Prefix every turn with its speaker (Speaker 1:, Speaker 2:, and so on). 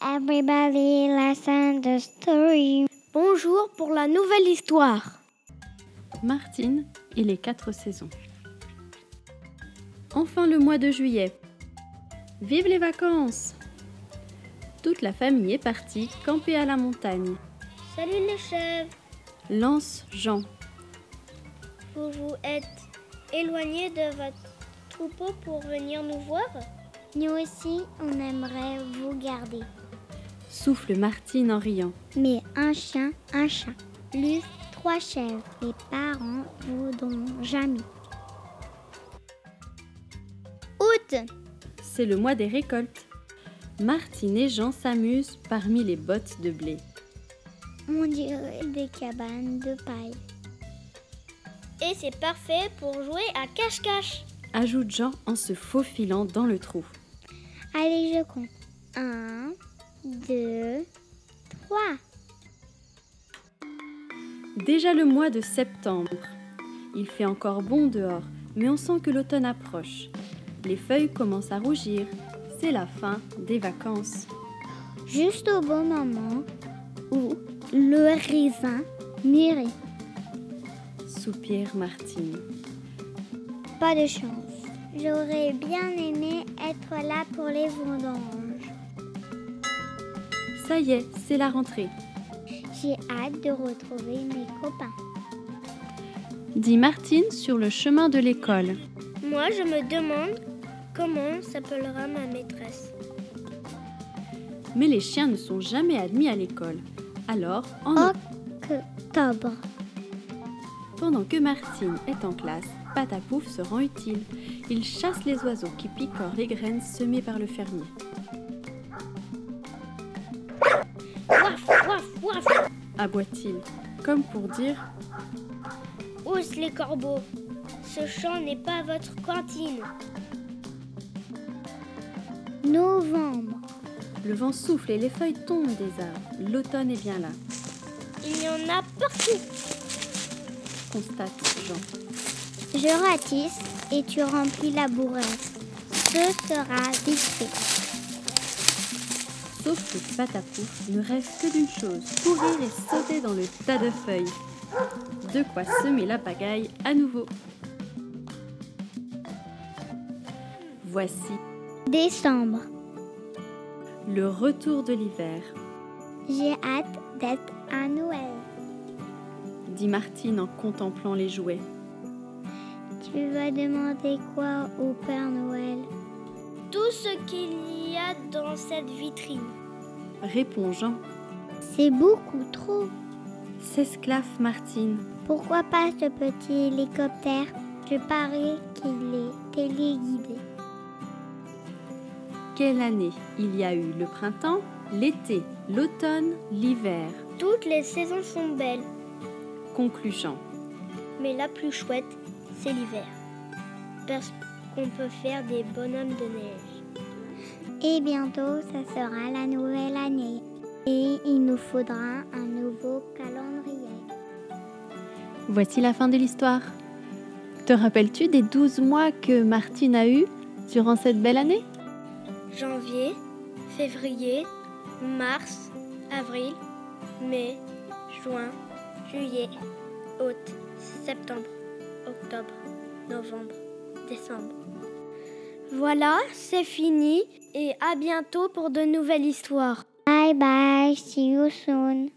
Speaker 1: Everybody listen the story. Bonjour pour la nouvelle histoire.
Speaker 2: Martine et les quatre saisons. Enfin le mois de juillet. Vive les vacances Toute la famille est partie camper à la montagne.
Speaker 3: Salut les chèvres,
Speaker 2: Lance Jean.
Speaker 3: vous vous êtes éloignés de votre troupeau pour venir nous voir
Speaker 1: Nous aussi, on aimerait vous garder.
Speaker 2: Souffle Martine en riant.
Speaker 1: Mais un chien, un chat. Plus trois chèvres. Les parents vous donneront jamais. Août,
Speaker 2: C'est le mois des récoltes. Martine et Jean s'amusent parmi les bottes de blé.
Speaker 1: on dirait des cabanes de paille.
Speaker 3: et c'est parfait pour jouer à cache-cache.
Speaker 2: Ajoute Jean en se faufilant dans le trou.
Speaker 1: Allez, je compte. Un, deux, trois.
Speaker 2: Déjà le mois de septembre. Il fait encore bon dehors, mais on sent que l'automne approche. Les feuilles commencent à rougir. C'est la fin des vacances.
Speaker 1: juste au bon moment où le raisin mûrit.
Speaker 2: Soupire Martine.
Speaker 1: Pas de chance. J'aurais bien aimé être là pour les vendanges.
Speaker 2: Ça y est, c'est la rentrée,
Speaker 1: J'ai hâte de retrouver mes copains.
Speaker 2: dit Martine sur le chemin de l'école.
Speaker 3: Moi je me demande comment s'appellera ma maîtresse.
Speaker 2: Mais les chiens ne sont jamais admis à l'école. Alors, en
Speaker 1: Octobre.
Speaker 2: Pendant que Martine est en classe, Patapouf se rend utile. Il chasse les oiseaux qui picorent les graines semées par le fermier.
Speaker 3: Waf, waf, waf
Speaker 2: Aboie-t-il, comme pour dire
Speaker 3: Housse les corbeaux Ce champ n'est pas votre cantine.
Speaker 1: Novembre.
Speaker 2: Le vent souffle et les feuilles tombent des arbres. L'automne est bien là,
Speaker 3: Il y en a partout.
Speaker 2: constate Jean.
Speaker 1: Je ratisse et tu remplis la bourrette. Ce sera vite fait.
Speaker 2: Sauf que Patapouf ne rêve que d'une chose, courir et sauter dans le tas de feuilles. De quoi semer la pagaille à nouveau. Voici
Speaker 1: Décembre.
Speaker 2: le retour de l'hiver,
Speaker 1: J'ai hâte d'être à Noël.
Speaker 2: dit Martine en contemplant les jouets.
Speaker 1: Tu vas demander quoi au Père Noël
Speaker 3: Tout ce qu'il y a dans cette vitrine.
Speaker 2: Répond Jean.
Speaker 1: C'est beaucoup trop.
Speaker 2: S'esclave Martine.
Speaker 1: Pourquoi pas ce petit hélicoptère Je parie qu'il est téléguidé.
Speaker 2: Quelle année Il y a eu le printemps, l'été, l'automne, l'hiver.
Speaker 3: Toutes les saisons sont belles,
Speaker 2: Conclut Jean.
Speaker 3: mais la plus chouette, c'est l'hiver. Parce qu'on peut faire des bonhommes de neige.
Speaker 1: Et bientôt, ça sera la nouvelle année. Et il nous faudra un nouveau calendrier.
Speaker 2: Voici la fin de l'histoire. Te rappelles-tu des 12 mois que Martine a eus durant cette belle année
Speaker 3: janvier, février, mars, avril, mai, juin, juillet, août, septembre, octobre, novembre, décembre. Voilà, c'est fini et à bientôt pour de nouvelles histoires.
Speaker 1: Bye bye, see you soon.